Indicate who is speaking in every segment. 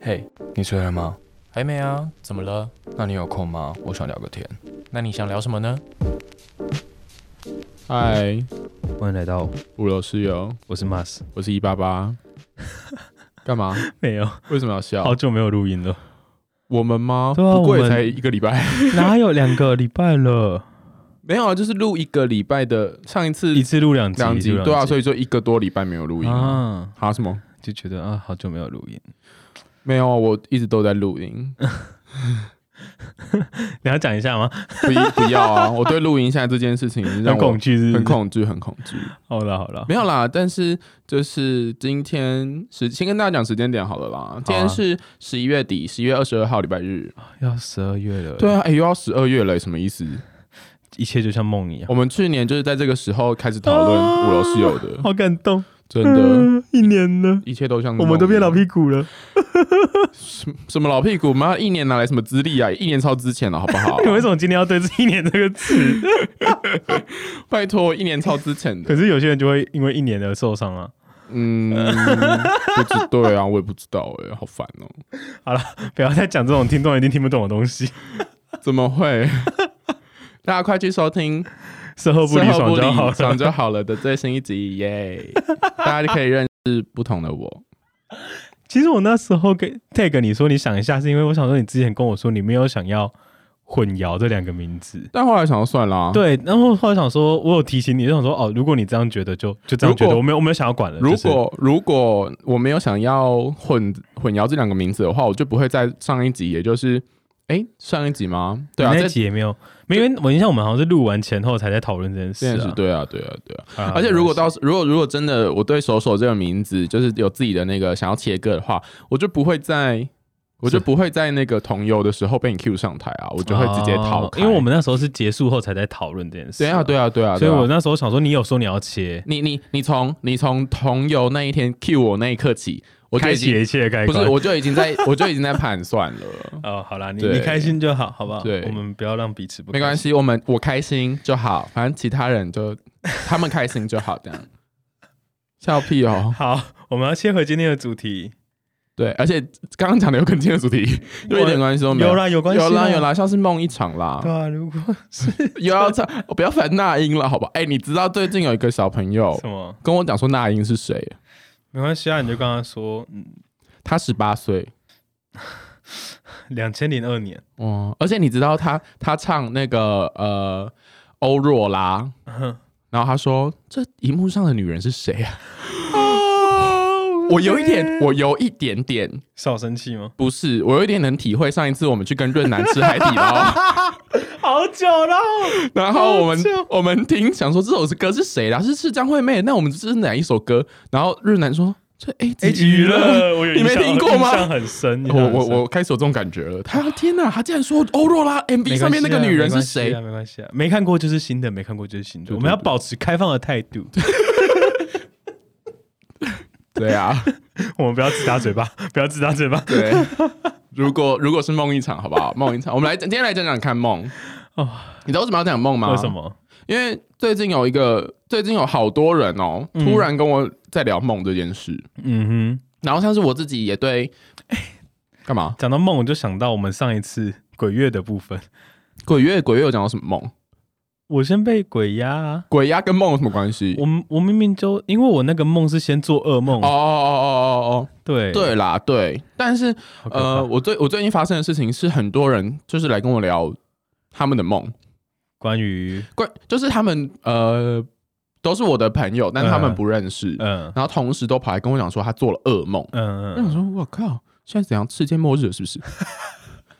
Speaker 1: 嘿、你睡了吗？
Speaker 2: 还没啊？怎么了？
Speaker 1: 那你有空吗？我想聊个天。
Speaker 2: 那你想聊什么呢？
Speaker 3: 嗨，
Speaker 4: 欢迎来到，
Speaker 3: 五楼室友，
Speaker 4: 我是 Mas。
Speaker 3: 我是一八八。干嘛？
Speaker 4: 没有，
Speaker 3: 为什么要笑
Speaker 4: 好？久没有录音了，
Speaker 3: 我们吗？
Speaker 4: 对啊
Speaker 3: 不过
Speaker 4: 我
Speaker 3: 也
Speaker 4: 们
Speaker 3: 才一个礼拜，
Speaker 4: 哪有两个礼拜了？
Speaker 3: 没有啊，就是录一个礼拜的。上一次
Speaker 4: 一次录两集，
Speaker 3: 两集，对啊，所
Speaker 4: 以
Speaker 3: 以说一个多礼拜没有录音啊。
Speaker 4: 啊，
Speaker 3: 啊什么？
Speaker 4: 就觉得啊，好久没有录音。
Speaker 3: 没有啊，我一直都在录音。
Speaker 4: 你要讲一下吗？
Speaker 3: 不 不要啊！我对录音现在这件事情让
Speaker 4: 很
Speaker 3: 我
Speaker 4: 恐惧啊是不是，
Speaker 3: 很。恐惧，很恐惧。
Speaker 4: 好了好了，
Speaker 3: 没有啦，但是就是今天时先跟大家讲时间点好了啦。今天
Speaker 4: 啊
Speaker 3: 是十一月底，十一月二十二号礼拜日。
Speaker 4: 要十二月了，
Speaker 3: 对，啊，哎、又要十二月了，什么意思？
Speaker 4: 一切就像梦一样
Speaker 3: 我，们去年就是在这个时候开始讨论
Speaker 4: 啊
Speaker 3: 五楼室友的，
Speaker 4: 好感动。
Speaker 3: 真的，
Speaker 4: 嗯 一年了，
Speaker 3: 一切都像
Speaker 4: 我们都变老
Speaker 3: 股，
Speaker 4: 屁股了。？
Speaker 3: 什么老屁股？我们要一年哪来什么资历啊？一年超之前了，好不好
Speaker 4: 你为什么今天要对“一年”这个词？
Speaker 3: 拜托，一年超之前 的
Speaker 4: 可，是有些人就会因为一年而受伤啊。
Speaker 3: 嗯，不知对啊，我也不知道哎、好烦哦、
Speaker 4: 不要再讲这种听众一定听不懂的东 西，
Speaker 3: 怎么 会？大家快去收听《
Speaker 4: 事后不理
Speaker 3: 事后
Speaker 4: 爽就好
Speaker 3: 爽
Speaker 4: 了。
Speaker 3: 就好了》的最新一集耶！大家就可以认识不同的我。
Speaker 4: 其实我那时候给 tag 你说你想一下，是因为我想说你之前跟我说你没有想要混淆这两个名字。
Speaker 3: 但后来想要算啊啦，
Speaker 4: 对，然后后来想说，我有提醒你，就想说哦，如果你这样觉得就，就这样觉
Speaker 3: 如
Speaker 4: 得，
Speaker 3: 果
Speaker 4: 我没有，我没有想要管了。
Speaker 3: 如
Speaker 4: 就是
Speaker 3: 果如果我没有想要混混淆这两个名字的话，我就不会在上一集，也就是哎、诶上一集吗？对啊，
Speaker 4: 你
Speaker 3: 在
Speaker 4: 那集也没有，没有因为我印象我们好像是录完前后才在讨论这件
Speaker 3: 这件
Speaker 4: 事
Speaker 3: 事
Speaker 4: 啊。
Speaker 3: 对啊，对啊，对啊。
Speaker 4: 啊
Speaker 3: 而且如果到如果如果真的我对手手这个名字就是有自己的那个想要切割的话，我就不会在我就不会在那个同游的时候被你 Q 上台啊，我就会直接逃
Speaker 4: 哦
Speaker 3: 开。
Speaker 4: 因为我们那时候是结束后才在讨论这件事。
Speaker 3: 对啊，对啊，对啊，
Speaker 4: 所以
Speaker 3: 对啊
Speaker 4: 我那时候想说，你有说你要切，
Speaker 3: 你你你从你从同游那一天 Q 我那一刻起，我就
Speaker 4: 开
Speaker 3: 已
Speaker 4: 启
Speaker 3: 经
Speaker 4: 一切开
Speaker 3: 不
Speaker 4: 关。
Speaker 3: 是我就已经在 我就已经在盘算了。
Speaker 4: 哦，好啦，你
Speaker 3: 对
Speaker 4: 你开心就好，好不好？
Speaker 3: 对
Speaker 4: 我们不要让彼此不
Speaker 3: 没关
Speaker 4: 系。
Speaker 3: 系，我们我开心就好，反正其他人就他们开心就好，这样。笑屁哦！
Speaker 4: 好，我们要切回今天的主题，
Speaker 3: 对，而且刚刚讲的有跟今天的主题有一点关系都没
Speaker 4: 有啦，有关系，
Speaker 3: 有啦有。啦，像是梦一场啦
Speaker 4: 对，啊，如果
Speaker 3: 又要唱，我不要烦那英了，好吧？哎、你知道最近有一个小朋友
Speaker 4: 什么
Speaker 3: 跟我讲说那英是谁？
Speaker 4: 没关系啊，你就跟他说，嗯，
Speaker 3: 他十八岁，
Speaker 4: 两千零二年，
Speaker 3: 哇！而且你知道他他唱那个呃欧若拉，
Speaker 4: 嗯
Speaker 3: 然后他说这荧幕上的女人是谁啊？我有一
Speaker 4: 嗯
Speaker 3: 点，我有一点点
Speaker 4: 少生气吗？
Speaker 3: 不是，我有一点能体会上一次我们去跟润南吃海底 捞，
Speaker 4: 好久了，
Speaker 3: 然后我们
Speaker 4: 好笑
Speaker 3: 我们听想说这首歌是谁啦？是是张惠妹，那我们这是哪一首歌？然后润南说这 A
Speaker 4: 哎，
Speaker 3: 级娱乐，
Speaker 4: 我有
Speaker 3: 你没
Speaker 4: 印象
Speaker 3: 听过吗
Speaker 4: 印象很深，印象
Speaker 3: 我
Speaker 4: 很深
Speaker 3: 我我开始有这种感觉了。他天哪，他竟然说欧若拉 MV
Speaker 4: 没关系啊
Speaker 3: 上面那个女人是
Speaker 4: 没关系
Speaker 3: 谁
Speaker 4: 啊？？没关系啊，没看过就是新的，没看过就是新的。
Speaker 3: 对
Speaker 4: 我们要
Speaker 3: 对对
Speaker 4: 保持开放的态度，
Speaker 3: 对 啊，
Speaker 4: 我们不要自打嘴巴， 不要自打 嘴巴。
Speaker 3: 对。如果如果是梦一场，好不好？梦一场，我们来今天来讲讲看梦。
Speaker 4: 哦
Speaker 3: 你知道为什么要讲梦吗？
Speaker 4: 为什？么？
Speaker 3: 因为最近有一个，最近有好多人哦，
Speaker 4: 嗯
Speaker 3: 突然跟我在聊梦这件事。
Speaker 4: 嗯哼。
Speaker 3: 然后像是我自己也对，干嘛？
Speaker 4: 讲到梦，我就想到我们上一次鬼月的部分，
Speaker 3: 鬼月鬼月有讲到什么梦？
Speaker 4: 我先被鬼压、啊。
Speaker 3: 鬼压跟梦有什么关系？
Speaker 4: 我我明明就因为我那个梦是先做噩梦，
Speaker 3: 哦哦哦哦哦
Speaker 4: 对
Speaker 3: 哦，对啦，对。但是
Speaker 4: 好可怕
Speaker 3: 呃，我最我最近发生的事情是，很多人就是来跟我聊他们的梦，
Speaker 4: 关于
Speaker 3: 关就是他们呃都是我的朋友，但他们
Speaker 4: 嗯
Speaker 3: 不认识，
Speaker 4: 嗯
Speaker 3: 然后同时都跑来跟我讲说他做了噩梦。
Speaker 4: 嗯
Speaker 3: 我想
Speaker 4: 嗯
Speaker 3: 说，我靠，现在怎样世界末日了是不是？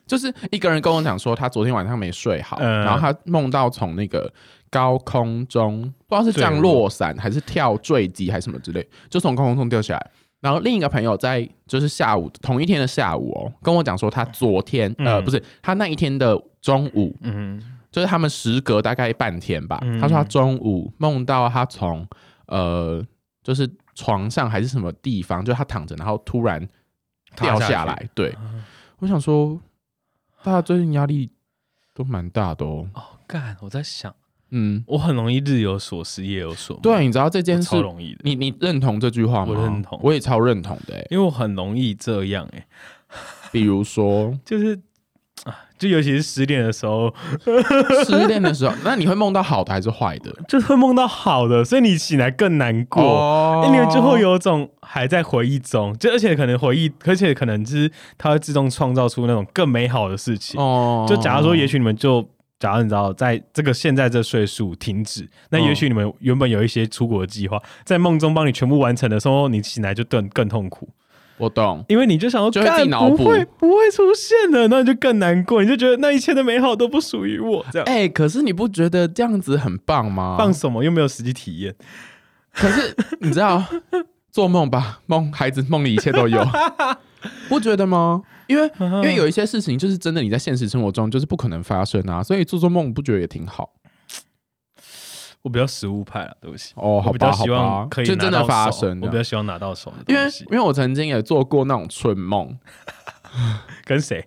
Speaker 3: 就是一个人跟我讲说，他昨天晚上没睡好，
Speaker 4: 嗯
Speaker 3: 然后他梦到从那个高空中，不知道是降落伞还是跳坠机还是什么之类，就从高空中掉下来。然后另一个朋友在就是下午同一天的下午哦，跟我讲说他昨天、呃
Speaker 4: 嗯
Speaker 3: 不是他那一天的中午，
Speaker 4: 嗯
Speaker 3: 就是他们时隔大概半天吧。
Speaker 4: 嗯
Speaker 3: 他说他中午梦到他从呃，就是床上还是什么地方，就他躺着，然后突然掉下啊来。对，
Speaker 4: 嗯，
Speaker 3: 我想说，大家最近压力都蛮大的哦。
Speaker 4: 哦，干，我在想，
Speaker 3: 嗯，
Speaker 4: 我很容易日有所思夜有所梦，
Speaker 3: 对，啊你知道这
Speaker 4: 我
Speaker 3: 件事
Speaker 4: 超，容易的，
Speaker 3: 你你认同这句话吗？
Speaker 4: 我认同
Speaker 3: 我也超认同的欸、
Speaker 4: 因为我很容易这样哎、
Speaker 3: 比如说
Speaker 4: 就是啊，就尤其是失恋的时候，
Speaker 3: 失恋的时候，那你会梦到好的还是坏的？
Speaker 4: 就是会梦到好的，所以你醒来更难过。
Speaker 3: 哦
Speaker 4: 因为就会有种还在回忆中，就而且可能回忆，而且可能就是它会自动创造出那种更美好的事情。
Speaker 3: 哦
Speaker 4: 就假如说，也许你们就假如你知道，在这个现在这岁数停止，那
Speaker 3: 哦
Speaker 4: 也许你们原本有一些出国的计划，在梦中帮你全部完成的时候，你醒来就更更痛苦，
Speaker 3: 我懂，
Speaker 4: 因为你就想说，
Speaker 3: 就会自己
Speaker 4: 干
Speaker 3: 脑补
Speaker 4: 不会不会出现的，那你就更难过，你就觉得那一切的美好都不属于我，这样、
Speaker 3: 哎、啊可是你不觉得这样子很棒吗？
Speaker 4: 放什么又没有实际体验，
Speaker 3: 可是 你知道，做梦吧，梦孩子梦里一切都 有，不觉得吗？因为
Speaker 4: 嗯
Speaker 3: 因为有一些事情就是真的你在现实生活中就是不可能发生啊，所以做做梦不觉得也挺好
Speaker 4: 我比较实物派啊，对不起。
Speaker 3: 哦？好
Speaker 4: 我比较
Speaker 3: 吧，好
Speaker 4: 希
Speaker 3: 吧
Speaker 4: 望可，以
Speaker 3: 就
Speaker 4: 拿
Speaker 3: 真的
Speaker 4: 到
Speaker 3: 发
Speaker 4: 手
Speaker 3: 生
Speaker 4: 我比较
Speaker 3: 的。
Speaker 4: 希望拿到手的
Speaker 3: 因为
Speaker 4: 东西
Speaker 3: 因。为我曾经也做过那种春梦，
Speaker 4: 跟谁？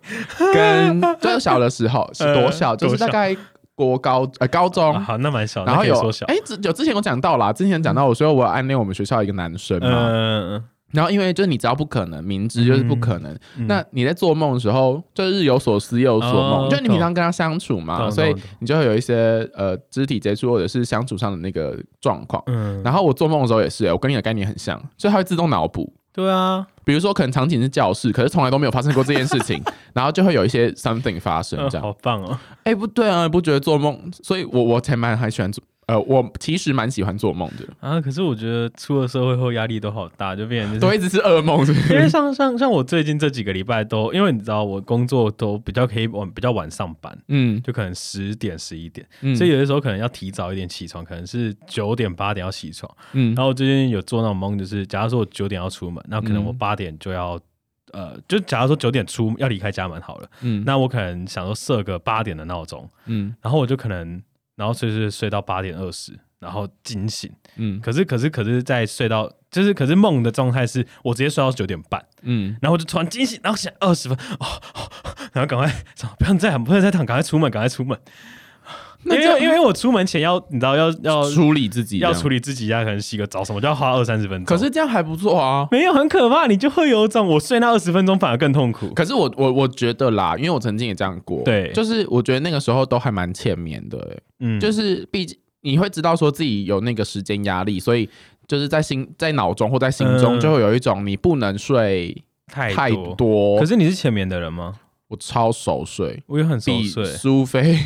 Speaker 3: 跟就是小的时候是多小，
Speaker 4: 呃
Speaker 3: 就是大
Speaker 4: 多小
Speaker 3: 概国高呃高中
Speaker 4: 啊、，好，那蛮小，
Speaker 3: 然后
Speaker 4: 那可以
Speaker 3: 有
Speaker 4: 缩小。
Speaker 3: 哎、之有之前有讲到啦，之前讲到我说我有暗恋我们学校一个男生嘛，
Speaker 4: 嗯，
Speaker 3: 然后因为就是你知道不可能，明知就是不可能，
Speaker 4: 嗯
Speaker 3: 那你在做梦的时候就是日有所思夜有所梦，
Speaker 4: 哦
Speaker 3: 就你平常跟他相处嘛，
Speaker 4: 懂
Speaker 3: 所以
Speaker 4: 懂懂
Speaker 3: 你就会有一些呃肢体接触或者是相处上的那个状况。
Speaker 4: 嗯，
Speaker 3: 然后我做梦的时候也是、欸我跟你的概念很像，所以它会自动脑补。
Speaker 4: 对啊，
Speaker 3: 比如说，可能场景是教室，可是从来都没有发生过这件事 情，然后就会有一些 something 发生
Speaker 4: 嗯
Speaker 3: 这样。
Speaker 4: 好棒哦。
Speaker 3: 哎、不对啊，你不觉得做梦？所以我我才蛮还喜欢做，呃，我其实蛮喜欢做梦的，
Speaker 4: 啊，可是我觉得出了社会后压力都好大，就变成就
Speaker 3: 都
Speaker 4: 是。
Speaker 3: 一直是噩 梦，是不
Speaker 4: 因为
Speaker 3: 是？
Speaker 4: 像像像我最近这几个礼拜都，因为你知道我工作都比较可以晚比较晚上班，
Speaker 3: 嗯
Speaker 4: 就可能十点十一点，
Speaker 3: 嗯，
Speaker 4: 所以有的时候可能要提早一点起床，可能是九点八点要起床。
Speaker 3: 嗯
Speaker 4: 然后我最近有做那种梦，就是假如说我九点要出门，那可能我
Speaker 3: 嗯
Speaker 4: 八点就要、呃，就假如说九点出要离开家门好了，
Speaker 3: 嗯
Speaker 4: 那我可能想说设个八点的闹钟，
Speaker 3: 嗯
Speaker 4: 然后我就可能，然后睡睡睡到八点二十，然后惊醒。
Speaker 3: 嗯
Speaker 4: 可是可是可是在睡到，就是可是梦的状态是我直接睡到九点半，
Speaker 3: 嗯
Speaker 4: 然后我就突然惊醒，然后醒二十分，哦，哦然后赶快不要再躺，不要再躺，赶快出门，赶快出门。因
Speaker 3: 那这样
Speaker 4: 为因为哦我出门前要你知道要要
Speaker 3: 处理自己
Speaker 4: 要处
Speaker 3: 理，
Speaker 4: 理自己啊呀，可能洗个澡什么，就要花二三十分钟。
Speaker 3: 可是这样还不错啊。
Speaker 4: 没有很可怕，你就会有一种我睡那二十分钟反而更痛苦。
Speaker 3: 可是我我我觉得啦，因为我曾经也这样过，
Speaker 4: 对
Speaker 3: 就是我觉得那个时候都还蛮欠眠的、欸
Speaker 4: 嗯，
Speaker 3: 就是毕竟你会知道说自己有那个时间压力，所以就是在心在脑中或在心中
Speaker 4: 嗯
Speaker 3: 就会有一种你不能睡
Speaker 4: 太
Speaker 3: 太
Speaker 4: 多。
Speaker 3: 多。
Speaker 4: 可
Speaker 3: 是
Speaker 4: 是你是前面的人吗？
Speaker 3: 我超熟睡，
Speaker 4: 我也很熟
Speaker 3: 比
Speaker 4: 睡。
Speaker 3: 苏菲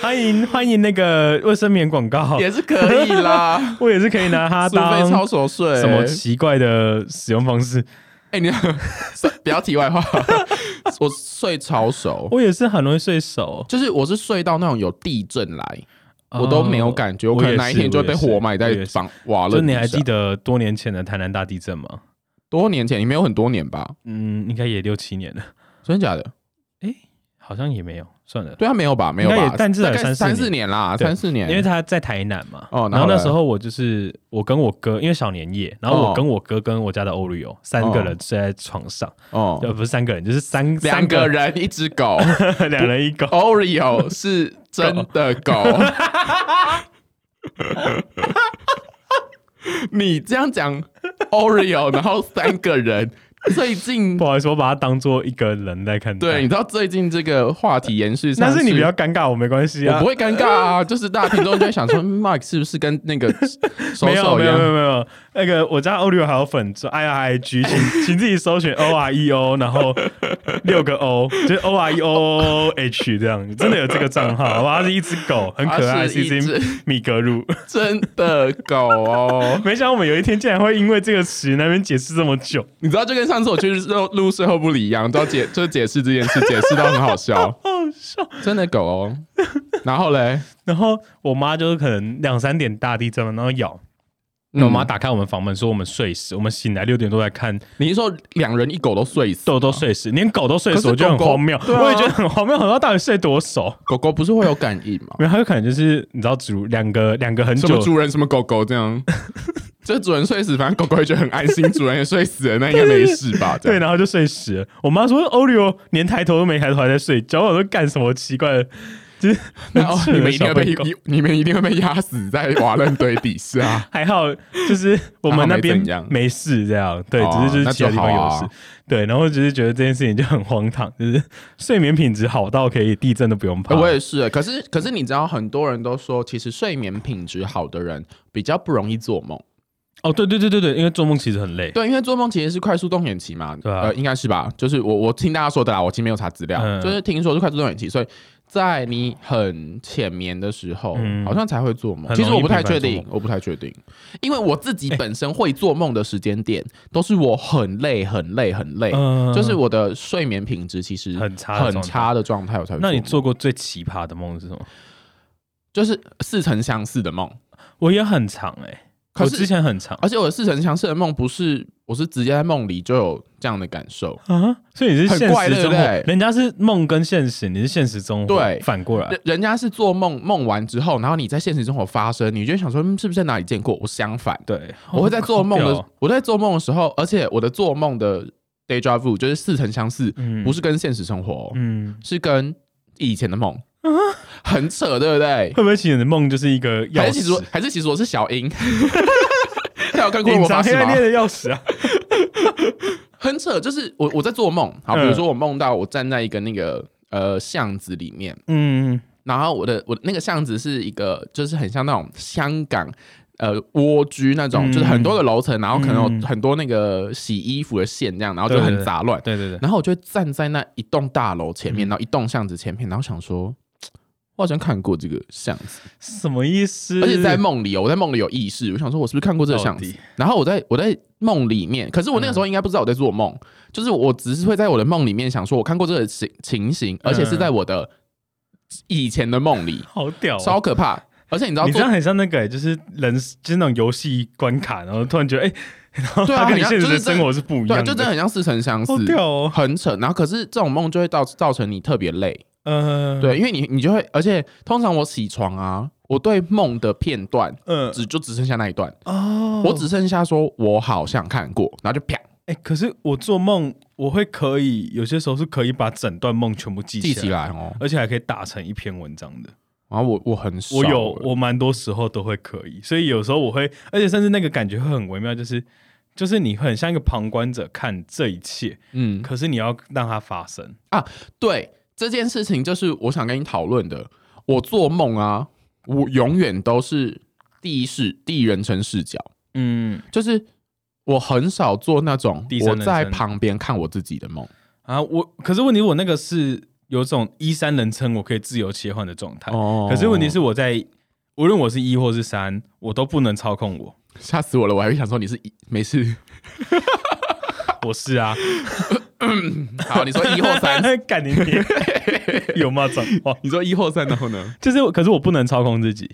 Speaker 4: 欢迎欢迎那个卫生棉广告，
Speaker 3: 也是可以 啦，
Speaker 4: 我也是可以拿它
Speaker 3: 苏菲
Speaker 4: 当
Speaker 3: 超熟睡，
Speaker 4: 什么奇怪的使用方式。
Speaker 3: 哎、你 不要题外话， 我睡超熟，
Speaker 4: 我也是很容易睡熟，
Speaker 3: 就是我是睡到那种有地震来，我都没有
Speaker 4: 哦。
Speaker 3: 感觉，
Speaker 4: 我
Speaker 3: 我可能
Speaker 4: 也
Speaker 3: 哪一
Speaker 4: 是
Speaker 3: 天就
Speaker 4: 我
Speaker 3: 会被
Speaker 4: 也是
Speaker 3: 活埋
Speaker 4: 我
Speaker 3: 在
Speaker 4: 也是
Speaker 3: 房瓦
Speaker 4: 哦就
Speaker 3: 楞。
Speaker 4: 你还记？得多年前的台南大地震吗？
Speaker 3: 多年前，你没有很多年吧？
Speaker 4: 嗯，应该也六七年了，
Speaker 3: 真的假的？
Speaker 4: 好像也没有，算了。
Speaker 3: 对啊，没有吧？没有
Speaker 4: 应该
Speaker 3: 吧
Speaker 4: 也？但至少
Speaker 3: 大
Speaker 4: 有
Speaker 3: 概
Speaker 4: 三四
Speaker 3: 三
Speaker 4: 年
Speaker 3: 四年啦，
Speaker 4: 对
Speaker 3: 三四年。
Speaker 4: 因为他在台南嘛，
Speaker 3: 哦然
Speaker 4: 然
Speaker 3: 后
Speaker 4: 后那
Speaker 3: 嘞
Speaker 4: 时候我就是我跟我哥，因为小年夜，然后
Speaker 3: 哦
Speaker 4: 我跟我哥跟我家的欧瑞友三个
Speaker 3: 哦
Speaker 4: 人睡在床上，
Speaker 3: 哦，
Speaker 4: 呃，不是三个人，就是三
Speaker 3: 两
Speaker 4: 三
Speaker 3: 个人一只 狗
Speaker 4: 人两人一狗，
Speaker 3: ，Oreo 是真的狗。你这样讲 Oreo，然后三个人，最近
Speaker 4: 不好意思，我把它当做一个人在看待。
Speaker 3: 对，你知道最近这个话题延续上，
Speaker 4: 但是你比较尴尬，我没关系
Speaker 3: 我
Speaker 4: 啊
Speaker 3: 不。会尴尬 啊，就是大家听众就会想说，Mike 是不是跟那个手
Speaker 4: 没有
Speaker 3: 手一
Speaker 4: 没有没
Speaker 3: 样？
Speaker 4: 有没有，那个我家欧六还有粉钻 I R I G，请请自己搜寻 O R E O，然后六个 O，就是 O R E O H 这样，真的有这个账号，好吧？它是一只狗，很可
Speaker 3: 它
Speaker 4: 爱，
Speaker 3: 是
Speaker 4: 是
Speaker 3: 一
Speaker 4: 一只
Speaker 3: 只
Speaker 4: 米格鲁。！
Speaker 3: 真的狗哦
Speaker 4: 没想到我们有一天竟然会因为这个词那边解释这么久。
Speaker 3: 你知道，就跟上次我去录录事后不理一样，都要解 就是解释这件事，解释到很好 笑，真的狗哦。然后嘞，
Speaker 4: 然后我妈就是可能两三点大地震嘛，然后咬。那我
Speaker 3: 嗯
Speaker 4: 妈打开我们房门说我们睡死，我们醒来六点多来看
Speaker 3: 你是说两人一狗都睡死，
Speaker 4: 豆豆睡死，连狗都睡
Speaker 3: 可是
Speaker 4: 死，我觉得很
Speaker 3: 狗狗
Speaker 4: 荒谬。
Speaker 3: 对啊
Speaker 4: 我也觉得很荒谬，我说到底睡多熟？
Speaker 3: 狗狗不是会有感应吗？
Speaker 4: 没有，他有可能就是你知道主两个两 个很
Speaker 3: 什么
Speaker 4: 久，
Speaker 3: 主人什么狗狗这 样，就是主人睡死，反正狗狗也觉得很安心，主人也睡死了，那应该没事吧？这
Speaker 4: 对，
Speaker 3: 样
Speaker 4: 然后哦就睡死了。我妈说欧利欧连抬头都没抬头还在睡觉，我说干什么奇怪的
Speaker 3: 然后你们一定会被
Speaker 4: 小朋。
Speaker 3: 你你们一定会被压死在瓦楞堆底下 啊
Speaker 4: 还好，就是我们那边
Speaker 3: 还好没怎样
Speaker 4: 没事这样，对，
Speaker 3: 哦
Speaker 4: 只是就是其他地方
Speaker 3: 那就
Speaker 4: 有
Speaker 3: 好
Speaker 4: 事
Speaker 3: 啊，
Speaker 4: 对，然后只是觉得这件事情就很荒唐，就是睡眠品质好到可以地震都不用怕。
Speaker 3: 哎我也是，可是可是你知道，很多人都说，其实睡眠品质好的人比较不容易做梦。
Speaker 4: 哦，对对对对对，因为做梦其实很累，
Speaker 3: 对，因为做梦其实是快速动眼期嘛，
Speaker 4: 对啊
Speaker 3: 呃，应该是吧？就是我我听大家说的啦，我其实没有查资料，
Speaker 4: 嗯
Speaker 3: 就是听说是快速动眼期，所以在你很浅眠的时候，
Speaker 4: 嗯
Speaker 3: 好像才会做梦。哎
Speaker 4: 很容
Speaker 3: 其
Speaker 4: 易
Speaker 3: 实我不太确
Speaker 4: 频繁
Speaker 3: 定
Speaker 4: 做，
Speaker 3: 我不太确定，因为我自己本身会做梦的时间点，都是我很累、很累、很累，
Speaker 4: 嗯
Speaker 3: 就是我的睡眠品质其实
Speaker 4: 很差的
Speaker 3: 很
Speaker 4: 状态
Speaker 3: 差的状态，我才会
Speaker 4: 那你
Speaker 3: 梦
Speaker 4: 做过最奇葩的梦是什么？
Speaker 3: 就是似曾相似的梦，
Speaker 4: 我也很长哎、
Speaker 3: 可
Speaker 4: 我
Speaker 3: 是
Speaker 4: 之前很长
Speaker 3: 而且我的似曾相似的梦不是，我是直接在梦里就有这样的感受。
Speaker 4: 啊，所以你是
Speaker 3: 很
Speaker 4: 现
Speaker 3: 怪
Speaker 4: 实
Speaker 3: 对不
Speaker 4: 中活，
Speaker 3: 对
Speaker 4: 人家是梦跟现实，你是现实中活
Speaker 3: 对
Speaker 4: 反过来
Speaker 3: 人，人家是做梦，梦完之后，然后你在现实生活发生，你就会想说，嗯，是不是在哪里见过？我相反，
Speaker 4: 对，
Speaker 3: 我会在做梦
Speaker 4: 哦好
Speaker 3: 的
Speaker 4: 屌，
Speaker 3: 我在做梦的时候，而且我的做梦的 deja vu 就是似曾相似，
Speaker 4: 嗯
Speaker 3: 不是跟现实生活哦，
Speaker 4: 嗯，啊
Speaker 3: 是跟以前的梦，很扯，对不 对？
Speaker 4: 会不会其实你的梦就是一个钥
Speaker 3: 还是其实我
Speaker 4: 匙？
Speaker 3: 还是其实我是小 英，他有看过
Speaker 4: 隐
Speaker 3: 我
Speaker 4: 藏
Speaker 3: 发
Speaker 4: 黑
Speaker 3: 誓
Speaker 4: 暗
Speaker 3: 吗
Speaker 4: 恋？的钥匙 啊！
Speaker 3: 很扯，就是我我在做梦，好，
Speaker 4: 嗯
Speaker 3: 比如说我梦到我站在一个那个呃巷子里面，
Speaker 4: 嗯，
Speaker 3: 然后我的我那个巷子是一个，就是很像那种香港呃蜗居那种，
Speaker 4: 嗯
Speaker 3: 就是很多个楼层，然后可能
Speaker 4: 嗯
Speaker 3: 有很多那个洗衣服的线这样，然后就
Speaker 4: 对对
Speaker 3: 很杂乱。
Speaker 4: 对对对，
Speaker 3: 然后我就站在那一栋大楼前
Speaker 4: 嗯
Speaker 3: 面，然后一栋巷子前面，然后想说。我好像看过这个巷子，
Speaker 4: 什么意思？
Speaker 3: 而且在梦里哦，我在梦里有意识，我想说，我是不是看过这个巷
Speaker 4: 到
Speaker 3: 子
Speaker 4: 底？
Speaker 3: 然后我在我在梦里面，可是我那个时候应该不知道我在做梦，就是我只是会在我的梦里面想说，我看过这个情情形，而且是在我的以前的梦里，
Speaker 4: 好屌哦、
Speaker 3: 超可怕。而且你知道
Speaker 4: 你这样
Speaker 3: 做，
Speaker 4: 很像那个、就是人就是那种游戏关卡，然后突然觉得哎、 然后
Speaker 3: 对啊
Speaker 4: 它跟你
Speaker 3: 很像
Speaker 4: 现实的
Speaker 3: 就是真
Speaker 4: 生活是不一
Speaker 3: 对啊，
Speaker 4: 样的，
Speaker 3: 就真的很像似曾相似
Speaker 4: 好，屌哦、
Speaker 3: 很扯。然后可是这种梦就会造造成你特别累，
Speaker 4: 嗯，
Speaker 3: 对，因为你你就会，而且通常我起床啊，我对梦的片段
Speaker 4: 嗯，
Speaker 3: 只就只剩下那一段，
Speaker 4: 哦，
Speaker 3: 我只剩下说我好像看过，然后就啪
Speaker 4: 哎、可是我做梦，我会可以有些时候是可以把整段梦全部记
Speaker 3: 记
Speaker 4: 起
Speaker 3: 起
Speaker 4: 来，
Speaker 3: 来哦。
Speaker 4: 而且还可以打成一篇文章的。
Speaker 3: 然后我我很少欸
Speaker 4: 我有，我蛮多时候都会可以，所以有时候我会，而且甚至那个感觉会很微妙，就是就是你很像一个旁观者看这一切，
Speaker 3: 嗯，
Speaker 4: 可是你要让它发生。
Speaker 3: 对这件事情，就是我想跟你讨论的。我做梦啊，我永远都是第一视第一人称视角。
Speaker 4: 嗯
Speaker 3: 就是我很少做那种
Speaker 4: 第三
Speaker 3: 我
Speaker 4: 人
Speaker 3: 在
Speaker 4: 称
Speaker 3: 旁边看我自己的梦
Speaker 4: 啊，我可是问题我那个是有种一三人称，我可以自由切换的状态。
Speaker 3: 哦
Speaker 4: 可是问题是我在无论我是一或是三，我都不能操控我。
Speaker 3: 吓死我了，我还会想说你是 一没 事，
Speaker 4: 我是啊，
Speaker 3: 好，你说 一或 三，
Speaker 4: 干你 娘有吗？脏话，
Speaker 3: 你说一或三，然后呢？
Speaker 4: 就是可是我不能操控自己，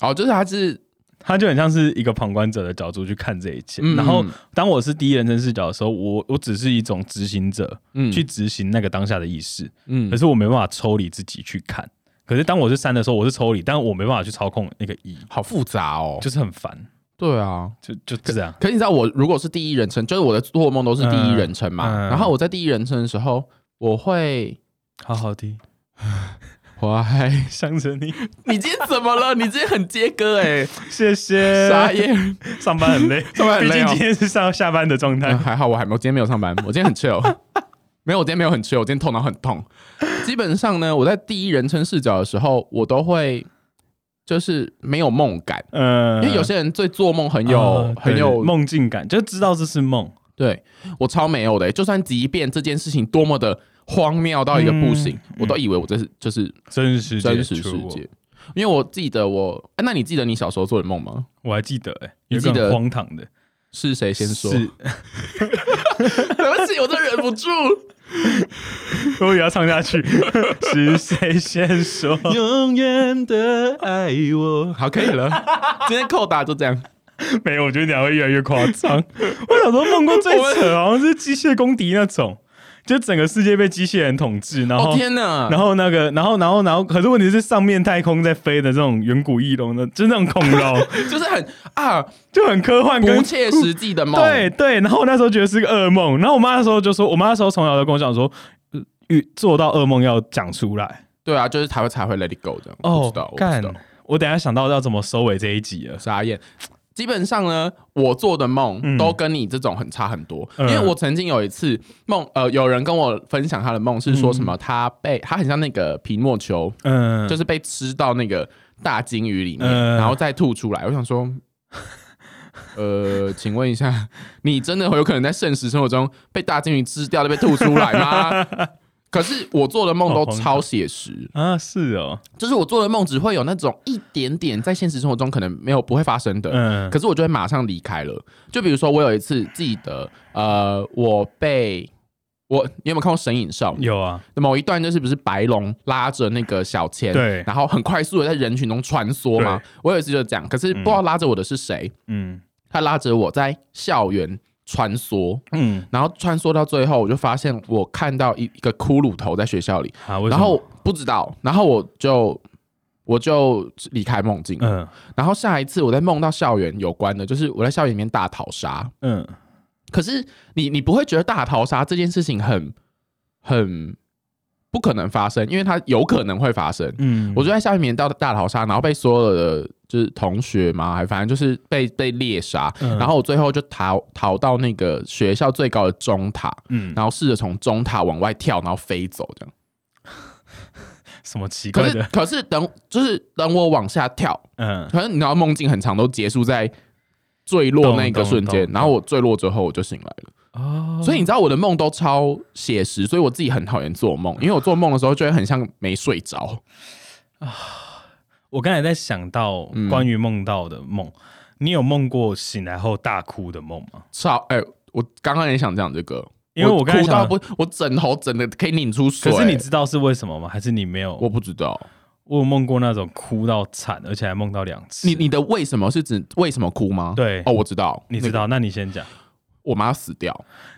Speaker 3: 好，就是他是
Speaker 4: 他就很像是一个旁观者的角度去看这一切。
Speaker 3: 嗯
Speaker 4: 然后当我是第一人称视角的时候，我我只是一种执行者、
Speaker 3: 嗯
Speaker 4: 去执行那个当下的意识，
Speaker 3: 嗯
Speaker 4: 可，是我没办法抽离自己去看。可是当我是三的时候，我是抽离，但我没办法去操控那个一，
Speaker 3: 好复杂哦，
Speaker 4: 就是很烦，
Speaker 3: 对啊。
Speaker 4: 就就这 样。
Speaker 3: 可是你知道我如果是第一人称，就是我的做梦都是第一人称嘛，
Speaker 4: 嗯嗯
Speaker 3: 然后我在第一人称的时候，我会。
Speaker 4: 好好的，
Speaker 3: 喂，
Speaker 4: 想着你，
Speaker 3: 你今天怎么了？你今天很接歌哎、
Speaker 4: 谢 谢。
Speaker 3: 傻眼。
Speaker 4: 上班很累，
Speaker 3: 上班很累
Speaker 4: 毕
Speaker 3: 哦
Speaker 4: 竟今天是上下班的状态
Speaker 3: 嗯。还好我还没，我今天没有上班，我今天很 chill。没有，我今天没有很 chill，我今天头脑很痛。基本上呢，我在第一人称视角的时候，我都会就是没有梦感，
Speaker 4: 嗯，
Speaker 3: 因为有些人嗯对做梦很有、
Speaker 4: 啊
Speaker 3: 很
Speaker 4: 对
Speaker 3: 有，
Speaker 4: 梦境感，就知道这是梦。
Speaker 3: 对我超没有的、欸就算即便这件事情多么的荒谬到一个不行，
Speaker 4: 嗯
Speaker 3: 我都以为我这是就是
Speaker 4: 真实
Speaker 3: 真实世界。因为我记得我，哎那你记得你小时候做的梦吗？
Speaker 4: 我还记得哎、
Speaker 3: 你
Speaker 4: 有一
Speaker 3: 记
Speaker 4: 个
Speaker 3: 得
Speaker 4: 很荒唐的，
Speaker 3: 是谁先说？
Speaker 4: 是
Speaker 3: 对不起， 我真忍不住。
Speaker 4: 我也要唱下去， 是谁 先说？
Speaker 3: 永远的爱
Speaker 4: 哦
Speaker 3: 我。好，可以了，今天扣打就这样。
Speaker 4: 没有，我觉得你还会越来越夸张。 我小时候梦过最扯，好像是机械公敌那种，就整个世界被机器人统治，然后、
Speaker 3: 哦天哪！
Speaker 4: 然后那个，然后，然后，然后，可是问题是，上面太空在飞的这种远古翼龙的，就是那种恐龙，
Speaker 3: 就是很 啊
Speaker 4: 就很科幻跟
Speaker 3: 不切实际的梦。
Speaker 4: 对，对，然后我那时候觉得是个噩梦，然后我妈那时候就说，我妈那时候从小就跟我讲说，呃遇做到噩梦要讲出来，
Speaker 3: 对啊，就是才会才会 let it go 这样。不
Speaker 4: 哦
Speaker 3: 知道，我不
Speaker 4: 干
Speaker 3: 知道，
Speaker 4: 我等一下想到要怎么收尾这一集了。
Speaker 3: 傻眼。基本上呢，我做的梦
Speaker 4: 嗯
Speaker 3: 都跟你这种很差很多，
Speaker 4: 嗯
Speaker 3: 因为我曾经有一次梦，呃，有人跟我分享他的梦是说什么，他被他很像那个皮诺丘，
Speaker 4: 嗯，
Speaker 3: 就是是被吃到那个大金鱼里面，
Speaker 4: 嗯
Speaker 3: 然后再吐出来。我想说，呃，请问一下， 你真的有可能在现实生活中被大金鱼吃掉，再被吐出来 吗？可是我做的梦都
Speaker 4: 好荒唐
Speaker 3: 超写实，
Speaker 4: 啊，是哦，
Speaker 3: 就是我做的梦只会有那种一点点在现实生活中可能没有不会发生的，
Speaker 4: 嗯，
Speaker 3: 可是我就会马上离开了。就比如说，我有一次记得，呃，我被我你有没有看过《神隐少女》？
Speaker 4: 有啊，
Speaker 3: 某一段就是不是白龙拉着那个小千，
Speaker 4: 对
Speaker 3: 然后很快速的在人群中穿梭嘛。我有一次就这样，可是不知道拉着我的是谁，
Speaker 4: 嗯
Speaker 3: 他拉着我在校园穿梭，
Speaker 4: 嗯，
Speaker 3: 然后穿梭到最后，我就发现我看到一一个骷髅头在学校里，
Speaker 4: 好，为什
Speaker 3: 然
Speaker 4: 么
Speaker 3: 后不知道，然后我就我就离开梦境，
Speaker 4: 嗯
Speaker 3: 然后下一次我在梦到校园有关的，就是我在校园里面大逃杀，
Speaker 4: 嗯，
Speaker 3: 可是你你不会觉得大逃杀这件事情很很不可能发生，因为它有可能会发生。
Speaker 4: 嗯，
Speaker 3: 我就在下面到大逃杀，然后被所有的就是同学嘛，还反正就是被被猎杀，
Speaker 4: 嗯
Speaker 3: 然后我最后就逃逃到那个学校最高的钟塔，
Speaker 4: 嗯，
Speaker 3: 然后试着从钟塔往外跳，然后飞走这样。
Speaker 4: 什么奇
Speaker 3: 可
Speaker 4: 怪
Speaker 3: 是
Speaker 4: 的，
Speaker 3: 可是等就是等我往下跳，
Speaker 4: 嗯
Speaker 3: 可是你知道梦境很长都结束在坠落那个瞬
Speaker 4: 懂
Speaker 3: 间
Speaker 4: 懂，懂
Speaker 3: 然后我坠落之后我就醒来了。
Speaker 4: 哦，
Speaker 3: 所以你知道我的梦都超写实，所以我自己很讨厌做
Speaker 4: 啊
Speaker 3: 梦，因为我做梦的时候就会很像没睡着。
Speaker 4: 我刚才在想到
Speaker 3: 嗯
Speaker 4: 关于梦到的梦，你有梦过醒来后大哭的梦吗？
Speaker 3: 超哎、我刚刚也想讲这个，
Speaker 4: 因为我刚才
Speaker 3: 哭
Speaker 4: 想
Speaker 3: 到不，欸我枕头枕的可以拧出水。
Speaker 4: 可是你知道是为什么吗？还是你没有？
Speaker 3: 我
Speaker 4: 我
Speaker 3: 不知道，
Speaker 4: 我有梦过那种哭到惨，而且还梦到两次。
Speaker 3: 你你的为什么是指为什么哭吗？
Speaker 4: 对
Speaker 3: 哦，我知道，
Speaker 4: 你知
Speaker 3: 那个
Speaker 4: 道？那你先讲。
Speaker 3: 我妈死掉，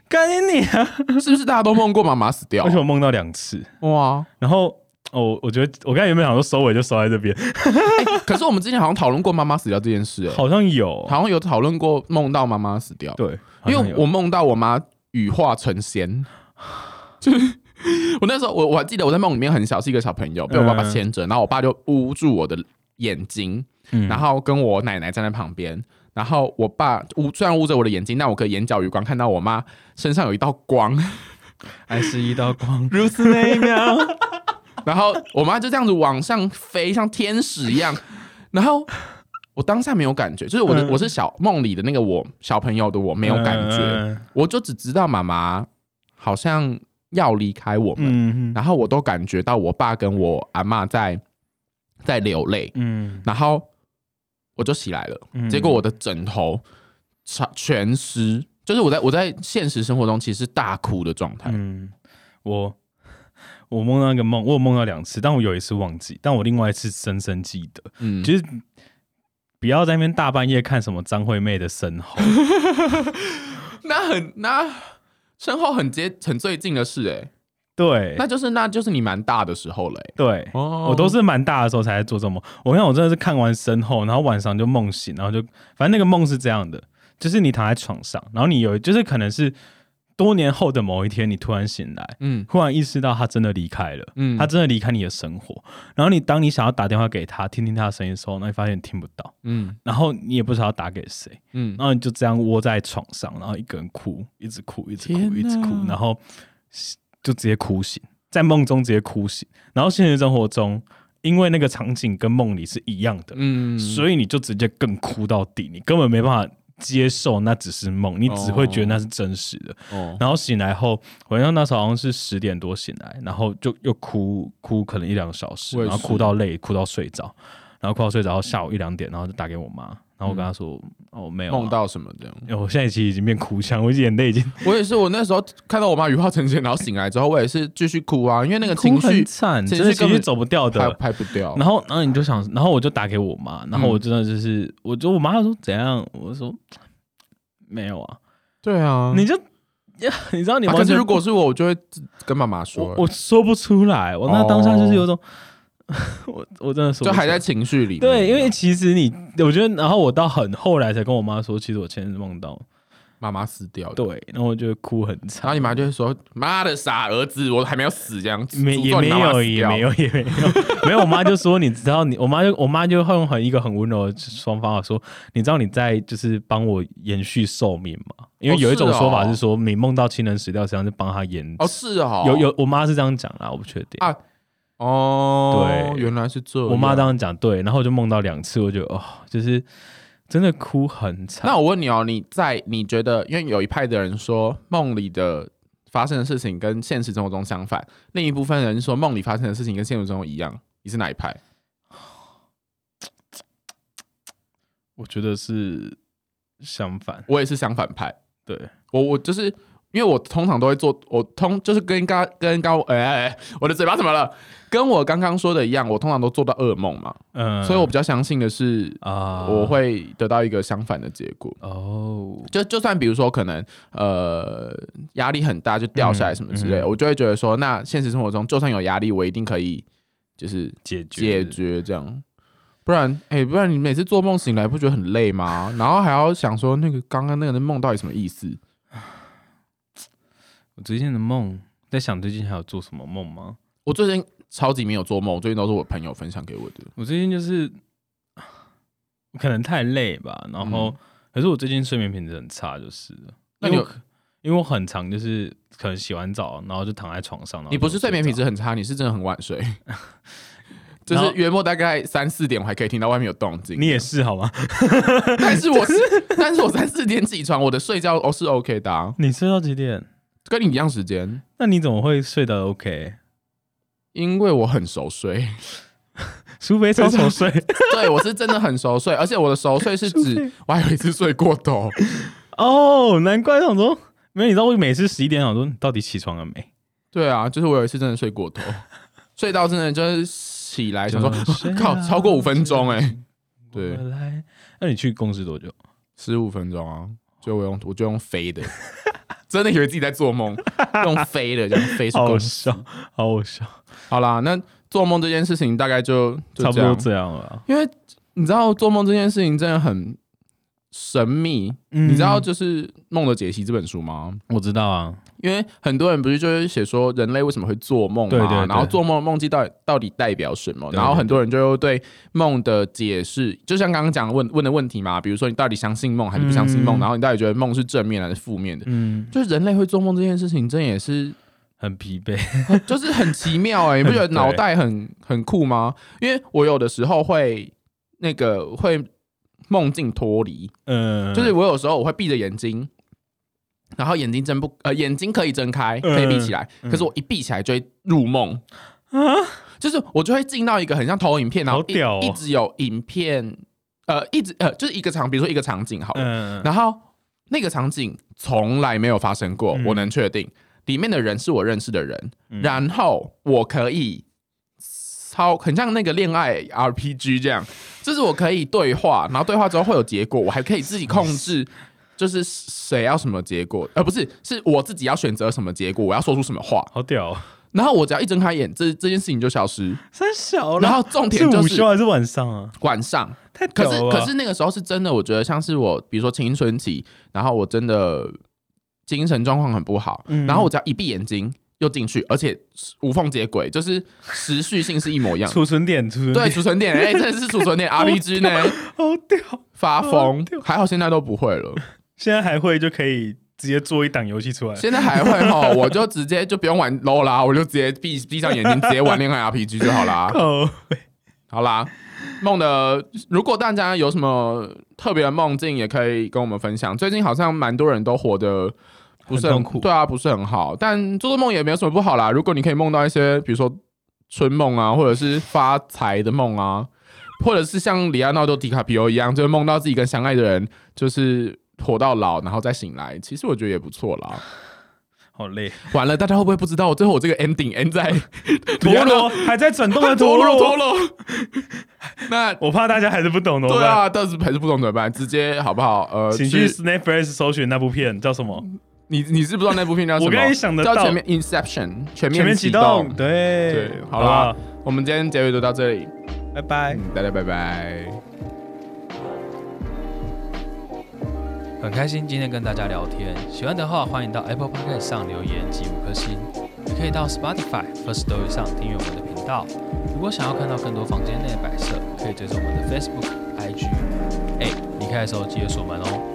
Speaker 4: 干你啊！
Speaker 3: 是不是大家都梦过妈妈死掉
Speaker 4: 为？什么梦到两次？
Speaker 3: 哇！
Speaker 4: 然后哦，我觉得我刚才原本想说收尾就收在这边，
Speaker 3: 可是我们之前好像讨论过妈妈死掉这件事、哎
Speaker 4: 好像有，
Speaker 3: 好像有讨论过梦到妈妈死掉。
Speaker 4: 对，好
Speaker 3: 因
Speaker 4: 像
Speaker 3: 为
Speaker 4: 有
Speaker 3: 我梦到我妈羽化成仙， 就是我那时候我我还记得我在梦里面很小，是一个小朋
Speaker 4: 嗯
Speaker 3: 友，被我爸爸牵着，然后我爸就捂住我的眼睛，
Speaker 4: 嗯
Speaker 3: 然后跟我奶奶站在旁边。然后我爸捂虽然捂着我的眼睛，但我可以眼角余光看到我妈身上有一道光，
Speaker 4: 还是一道光，
Speaker 3: 如此美妙。然后我妈就这样子往上飞，像天使一样。然后我当下没有感觉，就是我的、
Speaker 4: 嗯
Speaker 3: 我是小梦里的那个我小朋友的我没有感觉，
Speaker 4: 嗯
Speaker 3: 我就只知道妈妈好像要离开我们，
Speaker 4: 嗯嗯
Speaker 3: 然后我都感觉到我爸跟我阿嬷在在流泪，
Speaker 4: 嗯
Speaker 3: 然后我就起来了，
Speaker 4: 嗯
Speaker 3: 结果我的枕头全全湿，就是我在我在现实生活中其实是大哭的状态，
Speaker 4: 嗯，我我梦到一个梦，我有梦到两次，但我有一次忘记，但我另外一次深深记得，
Speaker 3: 嗯，
Speaker 4: 就是不要在那边大半夜看什么张惠妹的身 后，
Speaker 3: 那很那身后很接很最近的事哎、
Speaker 4: 对
Speaker 3: 那就是那就是你蛮大的时候了、欸。
Speaker 4: 对。
Speaker 3: 哦
Speaker 4: 我都是蛮大的时候才在做这种梦。我看我真的是看完身后，然后晚上就梦醒，然后就反正那个梦是这样的，就是你躺在床上，然后你有就是可能是多年后的某一天，你突然醒来，
Speaker 3: 嗯
Speaker 4: 忽然意识到他真的离开了，
Speaker 3: 嗯，
Speaker 4: 他真的离开你的生活。然后你当你想要打电话给他听听他的声音的时候，那你发现你听不到，
Speaker 3: 嗯
Speaker 4: 然后你也不知道要打给谁，
Speaker 3: 嗯
Speaker 4: 然后你就这样窝在床上，然后一个人哭，一直哭，一直
Speaker 3: 天
Speaker 4: 哭，
Speaker 3: 哪
Speaker 4: 一直哭，然后就直接哭醒，在梦中直接哭醒，然后现实生活中，因为那个场景跟梦里是一样的，
Speaker 3: 嗯，
Speaker 4: 所以你就直接更哭到底，你根本没办法。接受那只是梦，你只会觉得那是真实的。
Speaker 3: 哦
Speaker 4: 然后醒来后，我像那时候好像是十点多醒来，然后就又哭哭可能一两个小时，
Speaker 3: 我也
Speaker 4: 然
Speaker 3: 是
Speaker 4: 后哭到累，哭到睡着，然后哭到睡着，然后下午一两点，然后就打给我妈，然后我跟她说、哦没有啊
Speaker 3: 梦到什么这样。
Speaker 4: 哎我现在其实已经变哭腔，我眼泪已经
Speaker 3: 我也是，我那时候看到我妈羽化成仙，然后醒来之后，我也是继续哭啊，因为那个情
Speaker 4: 哭很
Speaker 3: 绪
Speaker 4: 惨，
Speaker 3: 情
Speaker 4: 就
Speaker 3: 绪
Speaker 4: 是情
Speaker 3: 根
Speaker 4: 绪
Speaker 3: 本
Speaker 4: 走不掉
Speaker 3: 拍
Speaker 4: 的。
Speaker 3: 拍不掉。
Speaker 4: 然后，然后你就想，然后我就打给我妈，然
Speaker 3: 嗯
Speaker 4: 后我真的就是，我就我妈就说怎样，我就说没有啊，
Speaker 3: 对啊，
Speaker 4: 你就呀，你知道你
Speaker 3: 啊
Speaker 4: 完
Speaker 3: 可是
Speaker 4: 全
Speaker 3: 如果是我，我就会跟妈妈
Speaker 4: 我
Speaker 3: 说，
Speaker 4: 我说不出来，我那当下就是有种， 我我真的说不
Speaker 3: 就还
Speaker 4: 出
Speaker 3: 在
Speaker 4: 来
Speaker 3: 情绪里面。啊
Speaker 4: 对，因为其实你，我觉得，然后我到很后来才跟我妈说，其实我前日梦到
Speaker 3: 妈妈死掉的。
Speaker 4: 对，然后我就哭很
Speaker 3: 然后
Speaker 4: 惨，
Speaker 3: 你妈就会说：“妈的傻儿子，我还没有死，这样子。”
Speaker 4: 没也没有也没有也没有没有，我妈就说你知道你，我妈就我妈就会用很一个很温柔的双方法说，你知道你在就是帮我延续寿命吗？因为
Speaker 3: 哦
Speaker 4: 有一种
Speaker 3: 是哦
Speaker 4: 说法是说，你梦到亲人死掉，实际上是帮他延
Speaker 3: 哦，是哦，
Speaker 4: 有有，我妈是这样讲啦，我不确定。
Speaker 3: 啊哦，
Speaker 4: 对
Speaker 3: 原来是这样。
Speaker 4: 我妈这样讲，对，然后我就梦到两次，我就哦，就是真的哭很惨。
Speaker 3: 那我问你哦，你在你觉得，因为有一派的人说梦里的发生的事情跟现实生活中相反，另一部分人说梦里发生的事情跟现实中一样，你是哪一派？
Speaker 4: 我觉得是相反，
Speaker 3: 我也是相反派。
Speaker 4: 对，
Speaker 3: 我我就是因为我通常都会做，我通就是跟刚跟刚哎、哎哎我的嘴巴怎么了？跟我刚刚说的一样，我通常都做到噩梦嘛，
Speaker 4: 嗯，
Speaker 3: 所以我比较相信的是，
Speaker 4: 啊，
Speaker 3: 我会得到一个相反的结果。
Speaker 4: 哦，
Speaker 3: 就就算比如说可能呃压力很大就掉下来什么之类的，
Speaker 4: 嗯嗯
Speaker 3: 我就会觉得说，那现实生活中就算有压力，我一定可以就是
Speaker 4: 解
Speaker 3: 解
Speaker 4: 决
Speaker 3: 决这样。不然，哎、不然你每次做梦醒来不觉得很累吗？然后还要想说那个刚刚那个的梦到底什么意思？
Speaker 4: 我最近的梦，在想最近还有做什么梦吗？
Speaker 3: 我最近超级没有做梦，我最近都是我朋友分享给我的。
Speaker 4: 我最近就是可能太累吧，然后、可是我最近睡眠品质很差，就是了
Speaker 3: 嗯那你
Speaker 4: 因
Speaker 3: 有
Speaker 4: 为我因为我很常就是可能洗完澡，然后就躺在床上，然后
Speaker 3: 你不
Speaker 4: 就是
Speaker 3: 睡眠
Speaker 4: 着
Speaker 3: 品质很差，你是真的很晚 睡，就
Speaker 4: 然后
Speaker 3: 是约莫大概三四点，我还可以听到外面有动静。
Speaker 4: 你也是好吗？
Speaker 3: 但是 我是，但是我三四点起床，我的睡觉哦是 OK 的、啊，
Speaker 4: 你睡到几点？
Speaker 3: 跟你一样时间，
Speaker 4: 那你怎么会睡得 OK？
Speaker 3: 因为我很熟睡。
Speaker 4: 苏菲超熟睡
Speaker 3: 对，我是真的很熟睡，而且我的熟睡是指我还有一次睡过头，
Speaker 4: 哦，难怪想说没有，你知道我每次十一点想说你到底起床 了没？
Speaker 3: 对啊，就是我有一次真的睡过头，睡到真的就是起来想说
Speaker 4: 就是，啊
Speaker 3: 靠，超过五分钟哎、对
Speaker 4: 我来，那你去公司多久？
Speaker 3: 十五分钟啊，就我用我就用飞的， 真的以为自己在做梦，用飞的这样飞出
Speaker 4: 好
Speaker 3: 公司。
Speaker 4: 笑，好笑，
Speaker 3: 好啦，那做梦这件事情大概就就
Speaker 4: 差不
Speaker 3: 这
Speaker 4: 多
Speaker 3: 样，
Speaker 4: 这样了。
Speaker 3: 因为你知道做梦这件事情真的很神秘，
Speaker 4: 嗯
Speaker 3: 你知道就是《梦的解析》这本书吗？
Speaker 4: 我知道啊，
Speaker 3: 因为很多人不是就是写说人类为什么会做梦嘛，
Speaker 4: 对对对
Speaker 3: 然后做梦的梦境到底到底代表什么？
Speaker 4: 对对
Speaker 3: 然后很多人就会对梦的解释，就像刚刚讲问问的问题嘛，比如说你到底相信梦还是不相信梦，
Speaker 4: 嗯
Speaker 3: 然后你到底觉得梦是正面还是负面的？
Speaker 4: 嗯，
Speaker 3: 就是人类会做梦这件事情，真的也是
Speaker 4: 很疲惫，
Speaker 3: 就是很奇妙哎、你不觉得脑袋很很酷吗？因为我有的时候会那个会梦境脱离，
Speaker 4: 嗯，
Speaker 3: 就是我有时候我会闭着眼睛，然后眼睛睁不呃眼睛可以睁开，可以闭起来，
Speaker 4: 嗯
Speaker 3: 可是我一闭起来就会入梦啊，就是我就会进到一个很像投影片，然后一
Speaker 4: 好屌哦
Speaker 3: 一直有影片，呃，一直呃就是一个场，比如说一个场景好了，
Speaker 4: 嗯，
Speaker 3: 然后那个场景从来没有发生过，
Speaker 4: 嗯
Speaker 3: 我能确定里面的人是我认识的人，
Speaker 4: 嗯
Speaker 3: 然后我可以超很像那个恋爱 RPG 这样，就是我可以对话，然后对话之后会有结果，我还可以自己控 制。就是谁要什么结果，呃而、不是是我自己要选择什么结果，我要说出什么话，
Speaker 4: 好屌哦，
Speaker 3: 然后我只要一睁开眼，这这件事情就消失。
Speaker 4: 三小
Speaker 3: 然
Speaker 4: 啦，
Speaker 3: 后重
Speaker 4: 哦是
Speaker 3: 点就
Speaker 4: 午
Speaker 3: 是
Speaker 4: 休还是晚上啊？
Speaker 3: 晚上，
Speaker 4: 太
Speaker 3: 可
Speaker 4: 屌
Speaker 3: 是
Speaker 4: 了吧，
Speaker 3: 可是那个时候是真的，我觉得像是我，比如说青春期，然后我真的精神状况很不好，
Speaker 4: 嗯
Speaker 3: 然后我只要一闭眼睛又进去，而且无缝接轨，就是时序性是一模一样。
Speaker 4: 储存点，储存
Speaker 3: 对，
Speaker 4: 点，
Speaker 3: 储 存点，哎、真的是储存点 RPG 呢，
Speaker 4: 好屌，
Speaker 3: 发疯
Speaker 4: 对，
Speaker 3: 还好现在都不会 了，
Speaker 4: 现在还会就可以直接做一档游戏出来，
Speaker 3: 现在还会哈，我就直接就不用玩 LO 啦，我就直接闭闭上眼睛，直接玩恋爱 RPG 就好啦。
Speaker 4: 哦，
Speaker 3: 好啦，梦的，如果大家有什么特别的梦境，也可以跟我们分享。最近好像蛮多人都活得不是很
Speaker 4: 很痛苦
Speaker 3: 对啊，不是很好。但做做梦也没有什么不好啦。如果你可以梦到一些，比如说春梦啊，或者是发财的梦啊，或者是像里奥纳多·迪卡皮欧一样，就是梦到自己跟相爱的人，就是活到老，然后再醒来。其实我觉得也不错啦。
Speaker 4: 好累，
Speaker 3: 完了，大家会不会不知道我最后我这个 ending end 在
Speaker 4: 陀螺还在转 动的陀
Speaker 3: 陀螺
Speaker 4: 螺
Speaker 3: 陀，螺？那
Speaker 4: 我怕大家还是不懂，怎么
Speaker 3: 对
Speaker 4: 办？
Speaker 3: 啊，但是还是不懂怎么办，直接好不好？呃，
Speaker 4: 请去
Speaker 3: 去
Speaker 4: Netflix 搜寻那部片叫什么？
Speaker 3: 你你是不知道那部片叫什么？
Speaker 4: 我刚才想得到
Speaker 3: 叫全面 Inception，全
Speaker 4: 全面
Speaker 3: 启
Speaker 4: 启动，对
Speaker 3: 对，好啦，，我们今天结尾就到这里，
Speaker 4: 拜拜。
Speaker 3: 嗯大家拜拜。
Speaker 5: 很开心今天跟大家聊天，喜欢的话欢迎到 Apple Podcast 上留言及五颗星，也可以到 Spotify、First Story 上订阅我们的频道。如果想要看到更多房间内的摆设，可以追踪我们的 Facebook、IG。哎，离开的时候记得锁门哦。